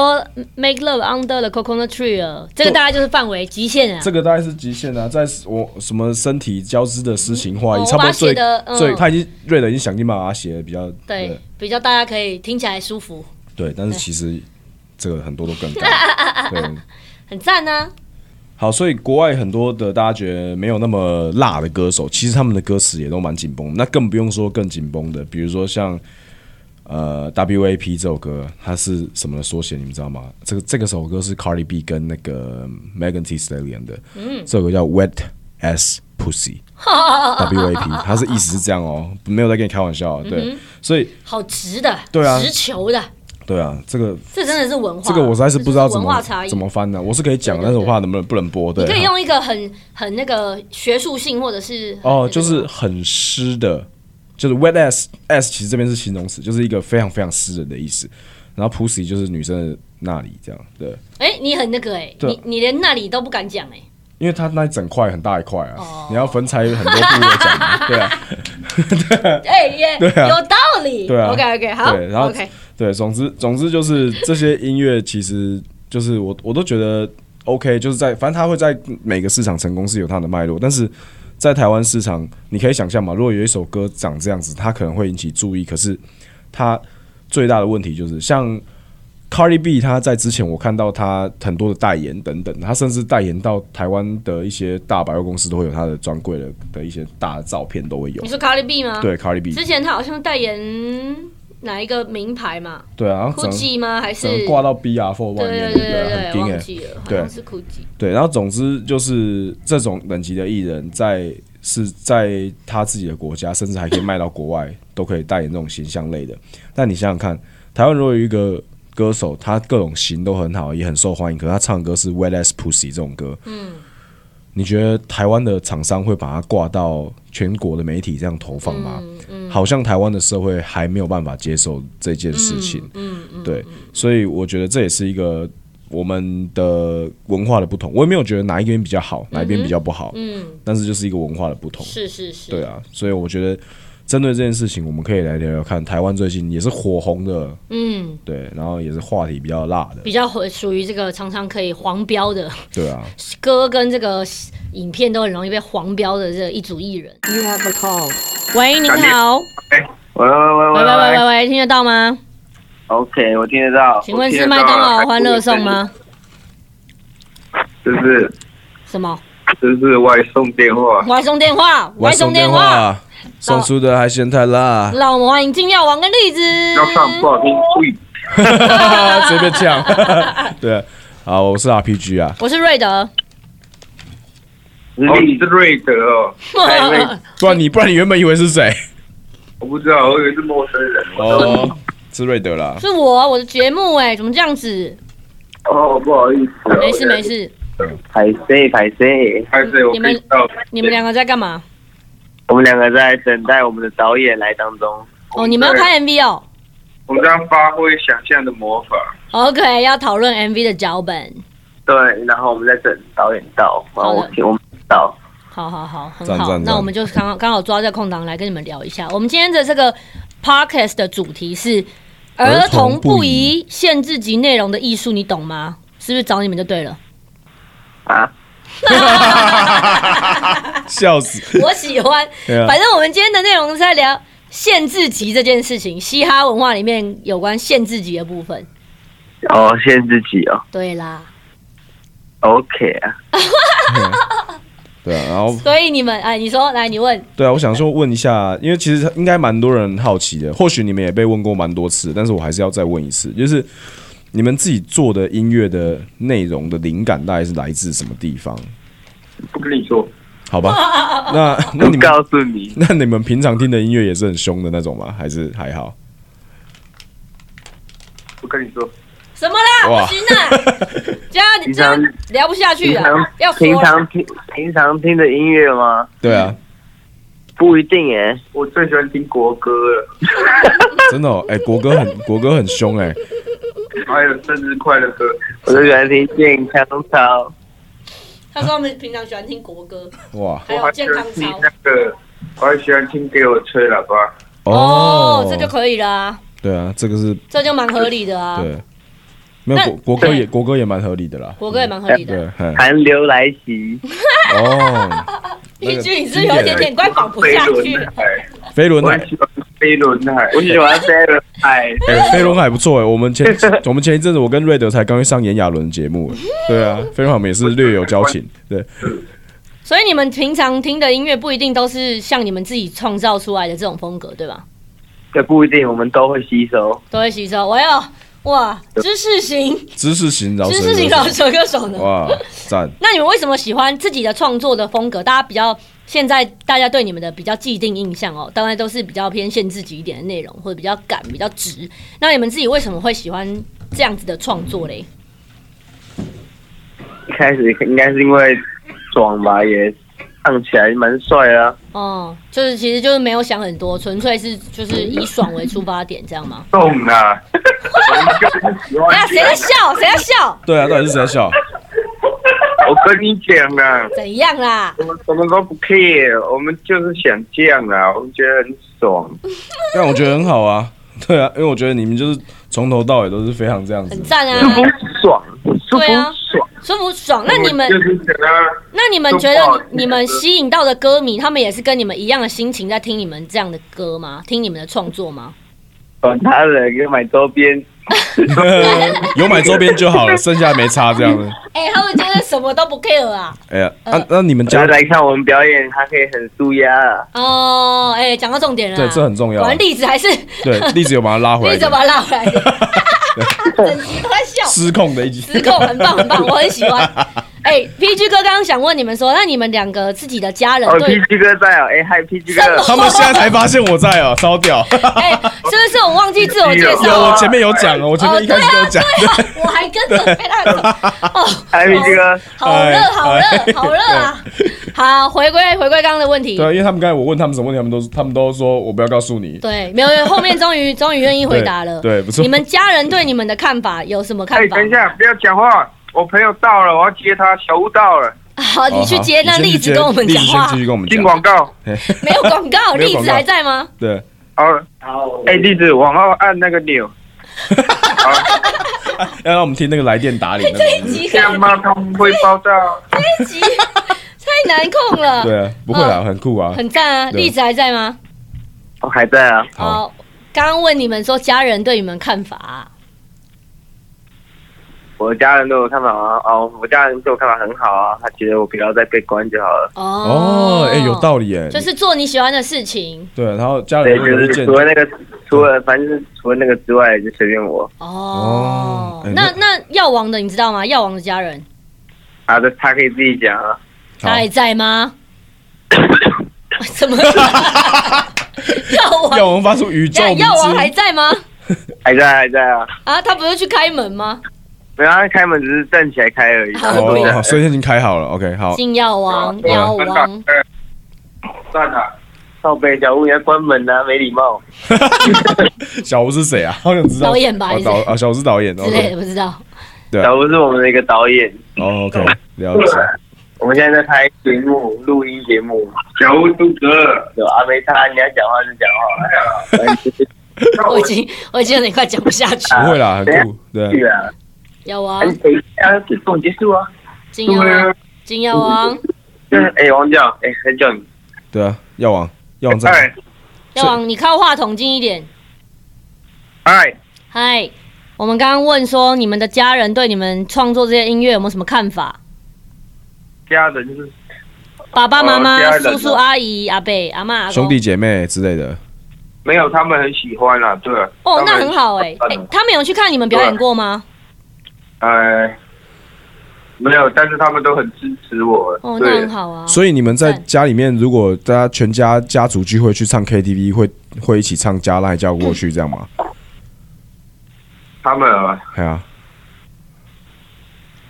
make love under the coconut tree 了，这个大概就是范围极限啊
这。个大概是极限啊，在我什么身体交织的诗情画意，
哦
差不
我
多
把它
最
写得嗯
最，他已经瑞德已经想尽办法把它写的比较
对，比较大家可以听起来舒服，
对，但是其实这个很多都更高，对，
很赞呢、啊
好，所以国外很多的大家觉得没有那么辣的歌手，其实他们的歌词也都蛮紧绷，那更不用说更紧绷的，比如说像呃 WAP 这首歌，它是什么的缩写，你们知道吗？这个这个首歌是 Cardi B 跟那个 Megan Thee Stallion 的，嗯，这首歌叫 Wet as Pussy。WAP，它是意思是这样哦，没有在跟你开玩笑哦，
嗯
对，所以
好直的，
对啊
直球的，
对啊，这个
这真的是文化。
这个我实在是不知道
这
怎
就是文
么
化差异
怎么翻呢，我是可以讲，但是我怕能不能不能播，对
你可以
啊，
用一个很很那个学术性，或者是很
哦，就是很湿的，就是 wet ass ass，其实这边是形容词，就是一个非常非常湿人的意思。然后 pussy 就是女生的那里这样，对，
哎，你很那个哎，
对啊
你你连那里都不敢讲哎，
因为它那一整块很大一块啊，
哦
你要分拆很多部位讲嘛，对啊，
哎耶，
对啊
有道理。
对啊
OK OK，好
对然后
OK，
对，总之总之就是这些音乐，其实就是我我都觉得 OK，就是在反正它会在每个市场成功是有它的脉络，但是在台湾市场，你可以想象嘛，如果有一首歌长这样子，它可能会引起注意，可是它最大的问题就是像。Cardi B，他在之前我看到他很多的代言等等，他甚至代言到台湾的一些大百货公司都会有他的专柜的的一些大的照片都会有
你。说 Cardi B 吗？，
对 Cardi B，
之前他好像代言哪一个名牌嘛
对啊，然后整
，Gucci 吗？还
整
是
个挂到 BR4 外
对
面，
对
对
对
不对？很
对对，
硬哎、
忘记了，好
对
像是 Gucci。
对，然后总之就是这种等级的艺人在是在他自己的国家，甚至还可以卖到国外，都可以代言这种形象类的。但你想想看，台湾如果有一个歌手，他各种型都很好，也很受欢迎，可是他唱的歌是《Wet as Pussy》这种歌，嗯，你觉得台湾的厂商会把它挂到全国的媒体这样投放吗？好像台湾的社会还没有办法接受这件事情，嗯，对，所以我觉得这也是一个我们的文化的不同。我也没有觉得哪一边比较好，哪一边比较不好，
嗯，
但是就是一个文化的不同，
是是是，
对啊，所以我觉得针对这件事情，我们可以来聊聊看台湾最近也是火红的，
嗯，
对，然后也是话题比较辣 的，
比较会属于这个常常可以黄标的
对啊，
歌跟这个影片都很容易被黄标的这一组艺人。You have a call。喂，您好，
喂喂喂
喂
喂
喂喂喂喂，听得到吗？
，OK，我听得到。
请问是麦当劳欢乐颂吗？？
就是
什么？
就是外送电话。
外送电话，外送电话，
话，送出的海鲜太 辣，
让我们欢迎金药王跟栗子。
要唱不好听，喂，
随便讲， 对，啊好，我是 RPG 啊，
我是瑞德，
哦，你是瑞德哦，哎瑞
不然你不然你原本以为是谁？
我不知道，我以为是陌生人。
哦， 是瑞德啦，
是我，我的节目哎，怎么这样子？
哦，不好意思哦，
没事没事，
排 C 排 C，
哎，对，我看到
嗯你们两个在干嘛？
我们两个在等待我们的导演来当中。
哦，你们要拍 MV 哦。
我们要发挥想象的魔法。
OK，要讨论 MV 的脚本。
对，然后我们在等导演到，然后
好
我
的
听我们到。
好好好，很
赞
好。
赞
那
赞
我们就刚好刚好抓这空档来跟你们聊一下。我们今天的这个 podcast 的主题是
儿
儿
童
童
不
不
宜
宜限制级内容的艺术，你懂吗？是不是找你们就对了？
啊，
笑死，
我喜欢。
对啊
反正我们今天的内容是在聊限制级这件事情，嘻哈文化里面有关限制级的部分。
哦，限制级哦
对啦，
，OK 啊，
对啊，然后
所以你们哎，你说来，你问
对啊，我想说问一下，因为其实应该蛮多人好奇的，或许你们也被问过蛮多次，但是我还是要再问一次，就是你们自己做的音乐的内容的灵感大概是来自什么地方？
不跟你说，
好 吧，那那
不
你们
告诉你，
那你们平常听的音乐也是很凶的那种吗？还是还好？
不跟你说，
什么啦？
哇
不行 啊，这样
平
这样
常
聊不下去
平
了
常，
啊要说
平
了
常听平常听的音乐吗？
对
嗯
啊，
不一定耶，
我最喜欢听国歌了，
真的哦，哎、国歌很国歌很凶哎、
还有生日快乐歌。
我就喜欢听健康操。
他说他们平常喜欢听国 歌，
哇
还
我还
有
喜
健
欢
康
听
操
那。个，我还喜欢听给我吹喇叭。
哦，这就可以了啊，
对啊，这个是
这就蛮合理的啊。
对，没有
那
国国歌也
对
国歌也蛮合理的啦，
国歌也蛮合理的。
对，嘿
寒流来袭，
哦，那
一
个
句你是有一点点快仿不下
飞轮
去，
海，
飞轮
我
海
很喜欢飞轮 海，
我喜欢飞轮海，
哎，飞轮海不错哎，我们前我们前一阵子我跟瑞德才刚去上炎亚纶节目，对啊，飞轮海我们也是略有交情，对，
所以你们平常听的音乐不一定都是像你们自己创造出来的这种风格，对吧？
这不一定，我们都会吸收。
都会吸收。我要哇，知识型
知识型饶舌
知
歌手，
识型饶舌歌手呢？
哇，赞！
那你们为什么喜欢自己的创作的风格？大家比较现在大家对你们的比较既定印象哦，当然都是比较偏限制级一点的内容，或者比较赶、比较直。那你们自己为什么会喜欢这样子的创作嘞？
一开始应该是因为爽吧，也唱起来蛮帅啊。
哦、就是其实就是没有想很多，纯粹是就是以爽为出发点，这样吗？
动啊！我哦就是喜
哎呀，
欢
谁在笑？谁在笑？
对啊，到底是谁在笑？
我跟你讲啊，
怎样啦？
我们什么都不 care，我们就是想这样啊，我们觉得很爽。
但我觉得很好啊，对啊，因为我觉得你们就是从头到尾都是非常这样子
很，赞
舒服
啊，
爽，舒服
对啊
爽。
舒服爽。那你们
我就是想要
那你们觉得你们吸引到的歌迷，他们也是跟你们一样的心情在听你们这样的歌吗？听你们的创作吗？
管他的，给买周 边，
有买周边就好了，剩下没差这样子。
哎、他们真的什么都不 care 啊！
哎呀，那、啊、那你们
他
家
来看我们表演，他可以很舒压啊。
哦，哎、讲到重点了啦，
对这很重要啊
果然栗子还 是
对栗子有把它拉回来一
栗子
点，
把它拉回 来一点，整集都在笑，
失控的一集，
失控，很棒很棒，我很喜欢。哎、p G 哥刚刚想问你们说，那你们两个自己的家人
哦
对
，PG 哥在哦，哎，嗨，PG
什
哥
么，
他们现在才发现我在哦、超 屌！
哎、是不是我忘记自我介
有，
绍
我
了？
前面有讲哦，我前面一开始就有
啊
讲，
我还跟着被他走 哦，
哎
嗨，PG 哥，
好热，好
哎
热，好热啊！ 好，回归回归刚刚的问题
对，，啊，因为他们刚才我问他们什么问题，他们都他们都说我不要告诉你。
对，没有，后面终于终于愿意回答了。
对对不错
你们家人对你们的看法有什么看啊
哎，
法？
等一下，不要讲话，我朋友到了，我要接他，小吴到了，
好，
哦
你去
好
接那
先
栗
哦去
子
接
跟我
栗
们
子
讲
先
话
继，续跟我们讲。
进广告。
没有广告，
没有
栗
广
子
告
还在吗？
对，
好了，
好，
哎，栗子往后按那个钮。好了，
要让我们听那个来电打铃的
这
那
一
个。
集
这样吗？他们会爆炸。
这一集太难控 了。
对啊，不会啦，很酷啊。
嗯很赞啊！
对
栗子还在吗？
我还在啊。
好，
好，刚刚问你们说家人对你们看法啊，
我家人对我看法啊，哦，我家人对我看法很好啊，他觉得我不要再被关就好了。
哦，哎，有道理哎。
就是做你喜欢的事情
对，啊然后家
对，
人哦哎
就
会有意
是
见
除。了那个，除了反正就是除了那个之外，就随便我。
哦
哦。哎
那那药王的你知道吗？药王的家人
啊，这他可以自己讲啊。
好
他还在吗？什么？药 王
要我们发出宇宙
等一
迷
下药王还
之
在吗？
还在还在啊，
啊，他不是去开门吗？
没有，他开门只是站起来开而已。
哦，好所以已经开好了。OK，好，
进药王，药王，
哎算了，
靠背小屋你要关门啊，没礼貌。
小吴是谁啊？好想知道
导演吧
哦
还是
导啊，小吴是导演。
之类
OK，
的，不知道。
对啊
小屋是我们的一个导演，
哦，OK，了 解。
我们现在在拍节目，录音节目。
小吴杜哥，
对，阿梅他，你要讲话就讲 话，反正就是
那
我
我
已经 我已经有点快讲不下去。
不会啦，很酷。
去
对，
啊。
药王
哎，，等一下，自动结束啊。
进药
对
王
啊，，
进药王，
嗯，哎，王教，哎，很久你
对啊，药王，药王在。
哎
药王，你靠话筒近一点。
哎，
嗨，我们刚刚问说你们的家人对你们创作这些音乐有没有什么看法？
家人就是
爸爸妈
哦家
妈、
人啊
叔叔阿姨、阿伯、阿妈、阿公
兄弟姐妹之类的，
没有，他们很喜欢啦，对。
哦，
他
那
们
很好哎、
喜欢
哎、他们有去看你们表演过吗？
呃，没有，但是他们都很支持我。
哦，那
对
很，好啊。
所以你们在
对
家里面，如果大家全家家族聚会去唱 KTV，会会一起唱《加赖叫过去》这样吗？
他们啊，
嗯
哎呀，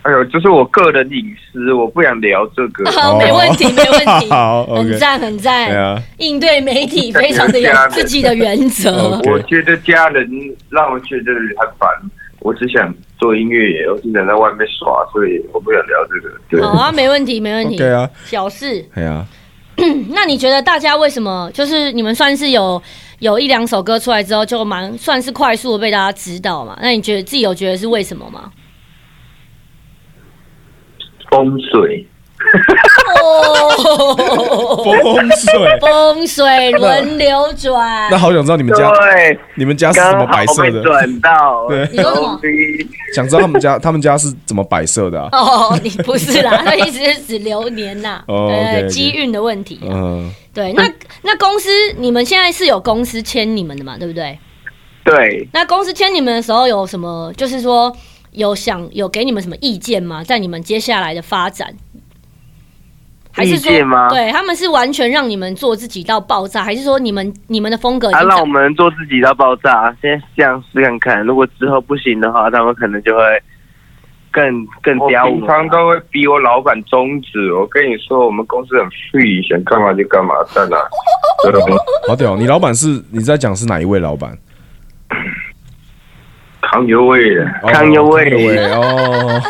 哎呦，这是我个人隐私，我不想聊这 个。
好， 哦没问题，没问题，
哦 好，OK，
很赞，很
哦对
赞。
啊，
应对媒体非常的有自己的原则
OK。
我觉得家人让我觉得很烦，我只想做音乐，我只想在外面耍，所以我不想聊这个。对，
好啊，没问题，没问题。
OK 啊，
小事。
哎呀，
那你觉得大家为什么就是你们算是有有一两首歌出来之后就蛮算是快速的被大家知道嘛？那你觉得自己有觉得是为什么吗？
风水，
风哦，
风 水。
风水轮流转
那。好想知道你们家
对，
你们家是怎么
刚
摆
好
设
被
的？
转到，
对
你说什么
东西
想知道他们家他们家是怎么摆设的啊？
哦，你不是啦，他一直是指流年 呐，
哦
对
OK，OK
机运的问题啊。
嗯，
对，那那公司你们现在是有公司签你们的嘛，对不对？
对，
那公司签你们的时候有什么，就是说有想有给你们什么意见吗？在你们接下来的发展，还是说
意见吗啊
对他们是完全让你们做自己到爆炸，还是说你们你们的风格已
啊，
经
让我
长？
们做自己到爆炸，先这样试看看，如果之后不行的话，他们可能就会更更
我
刁我
平
们
常都会逼我老板终止。我跟你说，我们公司很 free，想干嘛就干嘛，在 哪？对吧？
好屌！你老板是你在讲是哪一位老板？
扛油味的，
哦
康有为
康有为哦，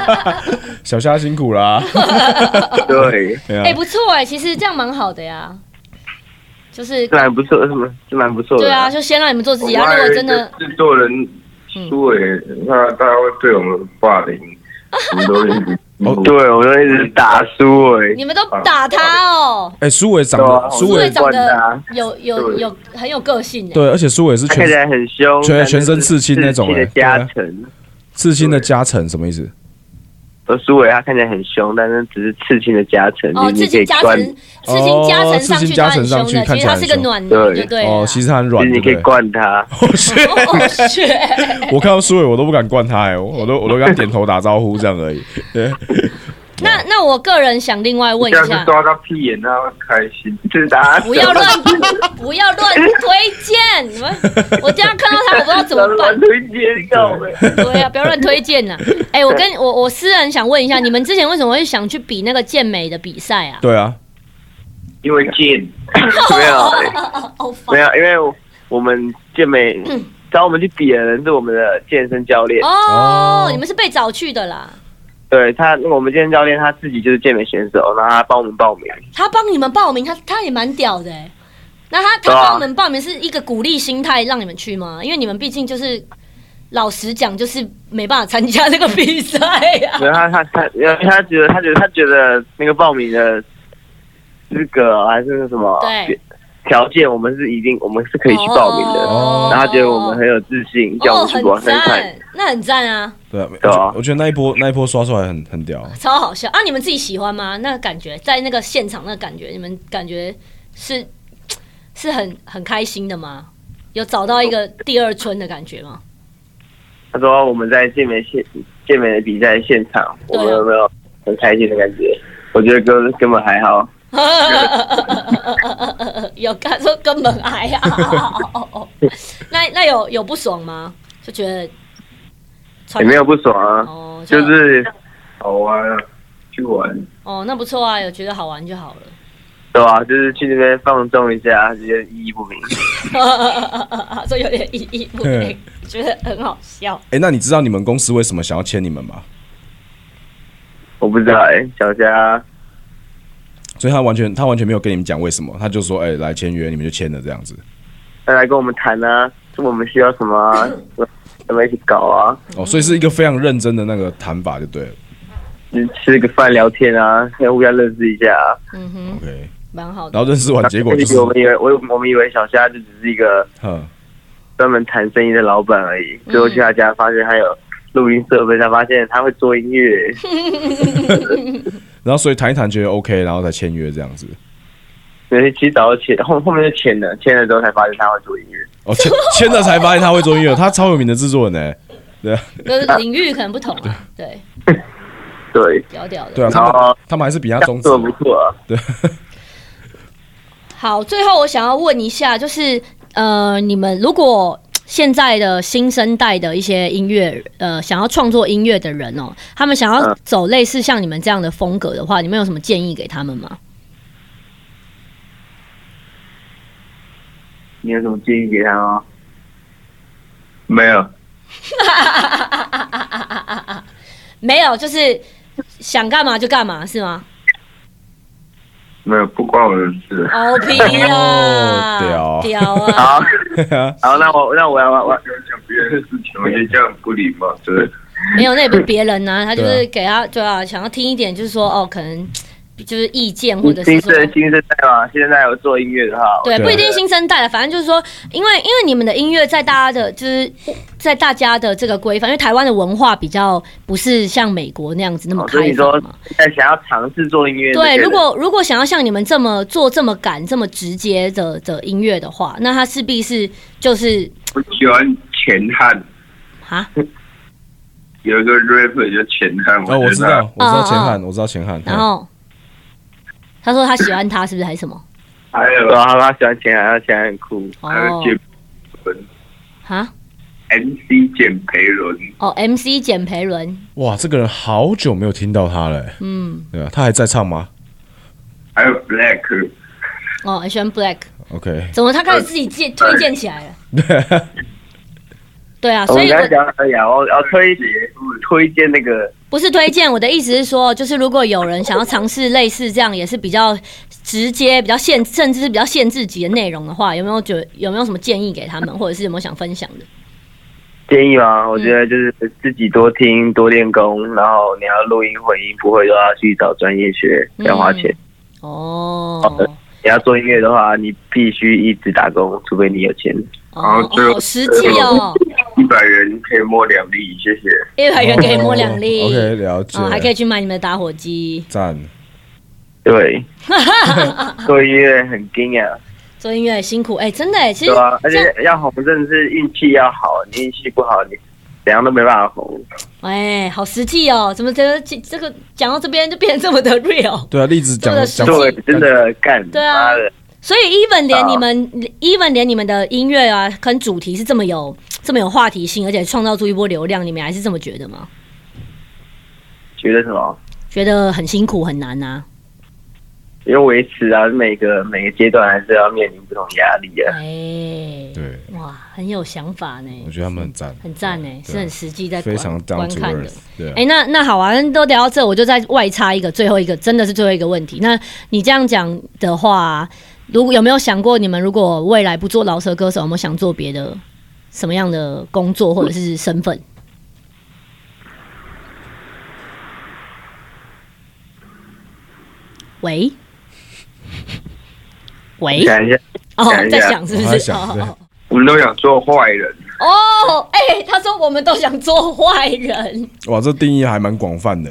小虾辛苦啦。
对，
对啊
哎、不错哎、其实这样蛮好的呀，就是
是蛮不错，是蛮是蛮不错的。
对啊，，就先让你们做自
我
己啊。
还
如
有
果
一
真
个
的
制作人苏伟，他他会对我们霸凌，我们都一直欺负
哦
对，我就一直打输哎、
你们都打他哦，
哎，苏伟长
对啊
得苏
苏
伟
伟长
惯的啊
得有有
对
有很有个性哎、
对，而且苏伟是
他看起
全
来很凶，
全
但是
全身刺青那种
刺青
哎
的加成。
刺青的加成什么意思？
而苏欸伟他看起来很凶，但是只是刺青的加成，
哦，
你你
自
可
己
以
加
关
成，，自己加成
哦
上
自
去
己加
他很
成
凶
上去
的，其
看
实
起来
他是个
很凶
暖男，就对了啊
哦，其实他很
就
软
是，你可
对
以
不对
灌他。
哦 是
哦 是
我看到苏伟，我都不敢灌他，哎，我我都我都跟他点头打招呼这样而已。 对，
那那我个人想另外问
下
一
次
下，
抓到屁眼，他会开心。
是打
不要乱不要乱推荐，你们我这样看到他，我不知道怎么办
乱。推荐告白。
对呀、啊，不要乱推荐呐、哎、我跟我我私人想问一下，你们之前为什么会想去比那个健美的比 赛啊？
对啊，
因为贱，
没有哎、
哦，
没有，因为我我们健美找我们去比的人是我们的健身教练，
哦，你们是被找去的啦，
对他，我们健身教练他自己就是健美选手，然后他帮我们报名。
他帮你们报名，他他也蛮屌的、欸。那他他
对啊
帮你们报名是一个鼓励心态让你们去吗？因为你们毕竟就是老实讲，就是没办法参加这个比赛啊呀、
然后他他他，因为他觉得他觉得他觉得那个报名的资格啊还是什么
对
条件，我们是一定我们是可以去报名的。
哦
然后他觉得我们很有自信，叫我
哦，
们去
很
往上看。
赞，那很赞啊，
对啊，
对啊
我觉得那一波那一波刷出来很很屌。
超好笑啊！你们自己喜欢吗？那感觉在那个现场那个感觉，你们感觉是是很很开心的吗？有找到一个第二春的感觉吗？
他说我们在健美现健美的比赛现场，
对
我
啊
们有没有很开心的感觉？我觉得根根本还好。
有他说根本还好，那那有有不爽吗？就觉得
也没有不爽啊，
哦，
就是
好玩啊，去玩。
哦，那不错啊，有觉得好玩就好
对吧、就是去那边放纵一下，觉得意义不明。
了，所以有点意义不明，觉得很好笑。
哎，那你知道你们公司为什么想要签你们吗？
我不知道哎、小佳，
所以他完全他完全没有跟你们讲为什么，他就说哎、来签约，你们就签了这样子。
他来跟我们谈啊，说我们需要什 么啊，我们一起搞啊，
嗯
哦，所以是一个非常认真的那个谈法就对了。
就是吃个饭聊天啊，互相认识一下、啊。
嗯哼，
OK，
蛮好的。
然后认识完啊结果就是
我，们以为我我们以为小虾就只是一个
哼，
专门谈生意的老板而已，
嗯
最后去他家发现他有录音设备，才发现他会做音 乐。
然后所以谈一谈觉得 OK，然后才签约这样子。
所以其实早就签，后后面就签了，签了之后才发现他会做音乐。
哦，签签了才发现他会做音乐，他超有名的制作人呢。对啊
就是领域可能不同啊，对，
对，
屌屌的。
对啊，他
然
们
后
他们还是比他
这
中
样
指
做得不错、啊。
对，
好，最后我想要问一下，就是呃，你们如果现在的新生代的一些音乐，呃，想要创作音乐的人哦，他们想要
嗯
走类似像你们这样的风格的话，你们有什么建议给他们吗？
你有什么建议给他吗？
没有，
没有，就是想干嘛就干嘛，是 吗
没有，不关我的事。
？O 哦 P 啊，
哦屌
屌啊！
好， 好，那我那我要我
我
我
有讲别人的事情，我觉得这样很不礼貌，真的。
没有，那也不是别人呐、他就啊
对啊
是给他对啊，想要听一点，就是说哦，可能。就是意见，或
你
者是
新
说
生新生代嘛，现在有做音乐的话，
对，
对
不一定新生代了，反正就是说，因为因为你们的音乐在大家的，就是在大家的这个规范，因为台湾的文化比较不是像美国那样子那么
哦所以
开
你说
放嘛。
现在想要尝试做音乐这些
对，
人，
如果如果想要像你们这么做、这么敢、这么直接的的音乐的话，那他势必是就是
我喜欢钱汉，
啊，
有一个 rapper 叫钱汉，
哦，我知
觉得
道，我知道
嗯
钱汉，我知道钱汉。
然后他说他喜欢他，是不是还是 什么？
他还有
对啊，他喜欢钱，他钱很酷，
哦
还有简伦
啊，
MC 简培伦，
哦，MC 简培伦，
哇，这个人好久没有听到他了，
嗯，
对啊，他还在唱吗
还有 Black
哦，H M Black，
？OK，
怎么他开始自己 荐推荐起来了？对啊，
我
所
们
以
刚才
我
讲哎呀，我要推推荐那个
不是推荐，我的意思是说，就是如果有人想要尝试类似这样，也是比较直接、比较限，甚至是比较限制级的内容的话，有没有觉得有没有什么建议给他们，或者是有没有想分享的？
建议吗？我
嗯
觉得就是自己多听多练功，然后你要录音混音不会都要去找专业学，
嗯
要花钱。好
哦
的。你要做音乐的话，你必须一直打工，除非你有钱。
哦，好实际哦，
一百元可以摸两粒，谢谢。
一百元可以摸两粒
哦 OK，了解。
哦，还可以去买你们的打火机，
赞。
对，做音乐很惊啊，
做音乐辛苦，哎，真的哎，其实
对啊吧、而
这样
且要红真的是运气要好，你运气不好，你怎样都没办法红。
哎，好实际哦！怎么觉得这这个讲到这边就变得这么的 real？
对啊，栗子讲
做得
讲
实际
对，真的干，
对啊
妈的，
所以 even 连
啊
你们、even 连你们的音乐啊，跟主题是这么有这么有话题性，而且创造出一波流量，你们还是这么觉得吗？
觉得什么？
觉得很辛苦很难啊？
因为维持啊，每个每个阶段还是要面临不同压力啊。
哎，
对，
哇，很有想法呢
我，觉得他们很赞，
很赞呢，
对啊
是很实际在观
非常 down
观
to
看的
earth。。对啊
哎、，那那好啊，那都聊到这，我就再外插一个最后一个，真的是最后一个问题。那你这样讲的话，如果有没有想过，你们如果未来不做饶舌歌手，有没有想做别的什么样的工作或者是身份？喂， 喂，
想一下，
哦
想，一
在
下
想是
我还
不是？
想
哦
对
哦
我们都想做坏人，
哦，哦哎、他说我们都想做坏人，
哇，这定义还蛮广泛的。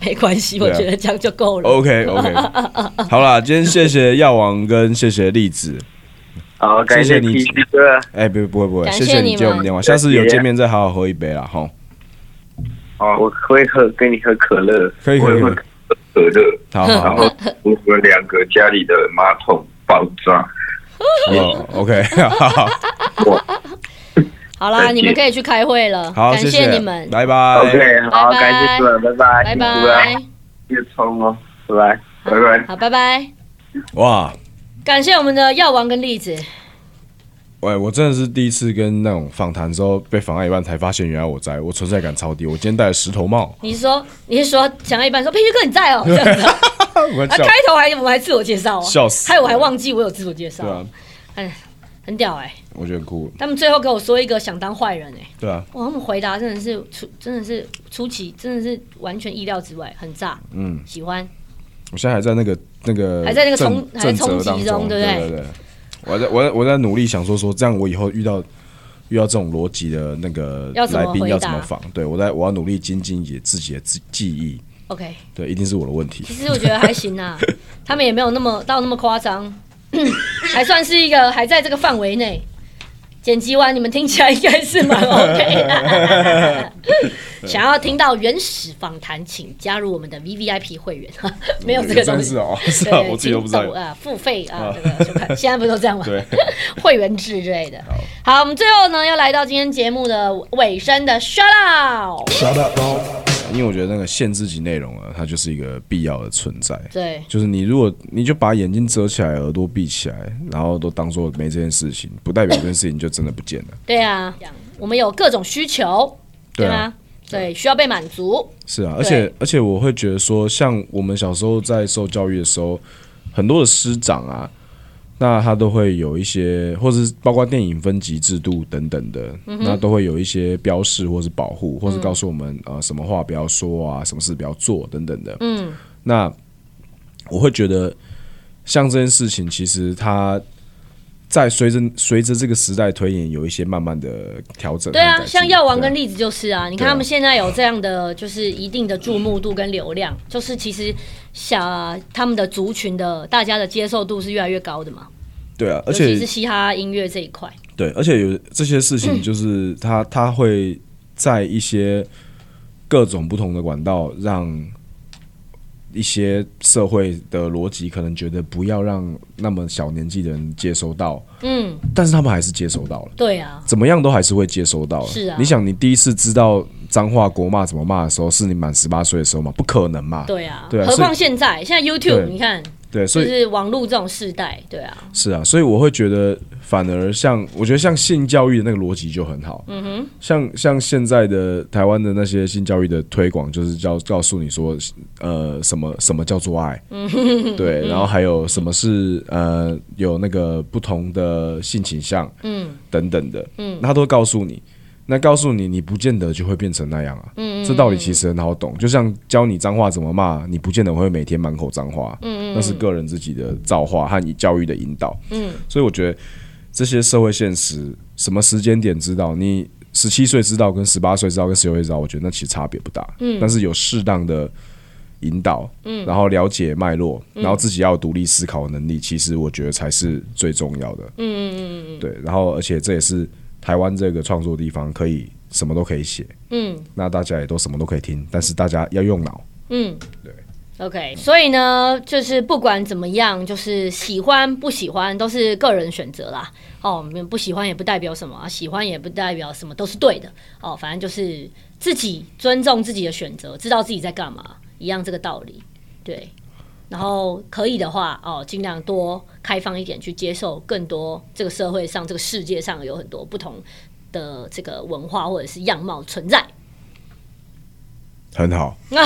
没关系，我
对啊
觉得这样就够了。
OK OK，好啦，今天谢谢药王跟谢谢栗子，
好，
谢
感
谢
谢
你
必须哥，
哎、不不会不会，
感
谢
谢
谢
你
你
们
接我们电话，下次有见面再好好喝一杯啦，哈，
哦，
我会喝跟你喝可乐。
可以
我
可以
也，会
可以
喝可乐，
好
然
好
后我们两个家里的马桶爆炸，
好，OK，好哦 好
好啦，
再见
你们可以去开会了，
好，
感
谢
你们，
拜拜
OK，好，
拜拜
感谢主任，拜拜，
拜
辛苦了，
拜，
越冲哦，
拜拜。
拜拜。
好，拜拜，
哇，
感谢我们的药王跟栗子，
喂，我真的是第一次跟那种访谈之后被访到一半才发现，原来我在，我存在感超低，我今天戴了石头 帽，
你是说你是说想到一半说佩玉哥你在哦， 这样子啊，
我
啊
笑
开，头还我们还自我介绍哦，
笑死
害我还忘记我有自我介绍
对啊
哦，，哎，很屌哎，
我觉得很酷，
他们最后给我说一个想当坏人哎，
对啊，
哇，他们回答真的是出真的是出奇，真的是完全意料之外，很炸，
嗯，
喜欢，
我现在还在那个那个
还在那个
正
冲还在
正
冲
则
击
当
中对
对
不对
对对，我还在我在我在努力想说说，这样我以后遇到遇到这种逻辑的那个
要怎么
来宾
回
要怎
答
么访，对我在我要努力精进也自己的记记忆，
，OK，
对，一定是我的问题
其，实我觉得还行啊，他们也没有那么到那么夸张， 还算是一个还在这个范围内。剪辑完，你们听起来应该是蛮 OK 的。想要听到原始访谈，请加入我们的 V V I P 会员， 没有这个东
真
西
是。哦，是
对
啊，
对
我自己都不知道
请
有
抖。啊，付费啊，这个就 看现在不都这样吗？
对，
会员制之类的。好，我们最后呢，要来到今天节目的尾声的 shout out。
因为我觉得那个限制级内容啊，它就是一个必要的存在。
对，
就是你如果你就把眼睛遮起来，耳朵闭起来，然后都当做没这件事情，不代表这件事情就真的不见了。
对啊，我们有各种需求，
对啊
吗？对，需要被满足。
是啊，而且而且我会觉得说，像我们小时候在受教育的时候，很多的师长啊，那他都会有一些，或是包括电影分级制度等等的，
嗯
那都会有一些标示或是保护，或是
嗯
告诉我们、呃什么话不要说啊，什么事不要做等等的。嗯，那我会觉得像这件事情，其实它在随着随着这个时代推演，有一些慢慢的调整和
对
改进。
啊，像药王
对啊
跟栗子就是啊，你看
对啊
他们现在有这样的就是一定的注目度跟流量，就是其实想他们的族群的大家的接受度是越来越高的嘛，
对啊，而
尤
且
其是嘻哈音乐这一块。
对，而且有这些事
嗯
情，就是他、他会在一些各种不同的管道，让一些社会的逻辑可能觉得不要让那么小年纪的人接收到，
嗯，
但是他们还是接收到了，
对啊，
怎么样都还是会接收到了。
是啊
你想，你第一次知道脏话国骂怎么骂的时候，是你满十八岁的时候吗？不可能嘛。
对啊，
对啊
何
所以
况现在现在 YouTube
对
你看
对，所
就
以
是网络这种世代，对啊，
是啊，所以我会觉得，反而像我觉得像性教育的那个逻辑就很好。嗯哼，像像现在的台湾的那些性教育的推广，就是教告诉你说，呃，什么什么叫做爱，对，然后还有什么是呃有那个不同的性倾向，嗯，等等的，嗯，他都会告诉你。那告诉你，你不见得就会变成那样啊。嗯这道理其实很好懂，就像教你脏话怎么骂，你不见得会每天满口脏话。嗯那是个人自己的造化和你教育的引导。嗯，所以我觉得这些社会现实，什么时间点知道，你十七岁知道跟十八岁知道跟十六岁知道，我觉得那其实差别不大。嗯，但是有适当的引导，嗯，然后了解脉络，然后自己要有独立思考的能力，其实我觉得才是最重要的。嗯嗯嗯，对，然后而且这也是台湾这个创作地方可以什么都可以写，
嗯
那大家也都什么都可以听，但是大家要用脑。
嗯，对，OK，所以呢，就是不管怎么样，就是喜欢不喜欢都是个人选择啦。哦，没有不喜欢也不代表什么、啊，喜欢也不代表什么，都是对的。哦，反正就是自己尊重自己的选择，知道自己在干嘛，一样这个道理。对，然后可以的话，哦，尽量多开放一点，去接受更多这个社会上、这个世界上有很多不同的这个文化或者是样貌存在。
很好，
我还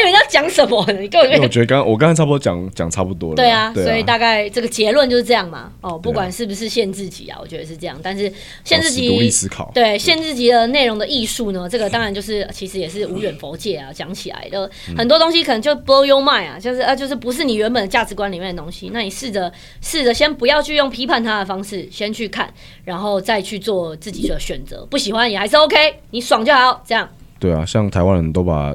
以为你要讲什么呢，你根本
因为
就
我觉得刚我刚才差不多讲讲差不多了啦。
对啊，
对
所以大概这个结论就是这样嘛。哦，不
对啊
管是不是限制级啊，我觉得是这样。但是限制级
哦保持独立思考嗯
对限制级的内容的艺术呢，这个当然就是其实也是无远佛界 啊，讲起来的
嗯
很多东西可能就 blow your mind 啊，就是啊就是不是你原本的价值观里面的东西。那你试着试着先不要去用批判它的方式，先去看，然后再去做自己的选择。不喜欢也还是 OK，你爽就好，这样。
对啊，像台湾人都把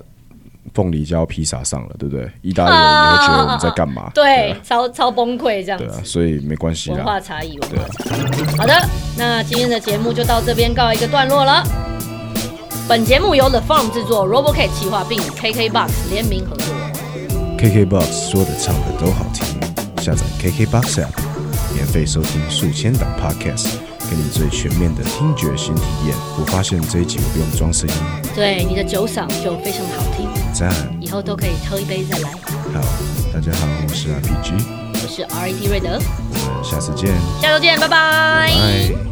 凤梨加到披萨上了，对不对？意大利人也会觉得我们在干嘛？
对，超超崩溃这样子
啊对。啊，所以没关系
文化
啦。
差异，文化差异。好的，那今天的节目就到这边告一个段落了。本节目由 The Farm 制作，RoboCat 企划，并与 KKBox 联名合作。
KKBOX 说的唱的都好听，下载 KKBOX app，免费收听数千档 podcast，给你最全面的听觉新体验。我发现这一集我不用装声音，
对，你的酒嗓就非常好听，
赞！
以后都可以喝一杯再来。
好，大家好，我是 RPG，
我是 R E D 瑞
我
德，
们下次见，
下周见，拜拜
拜。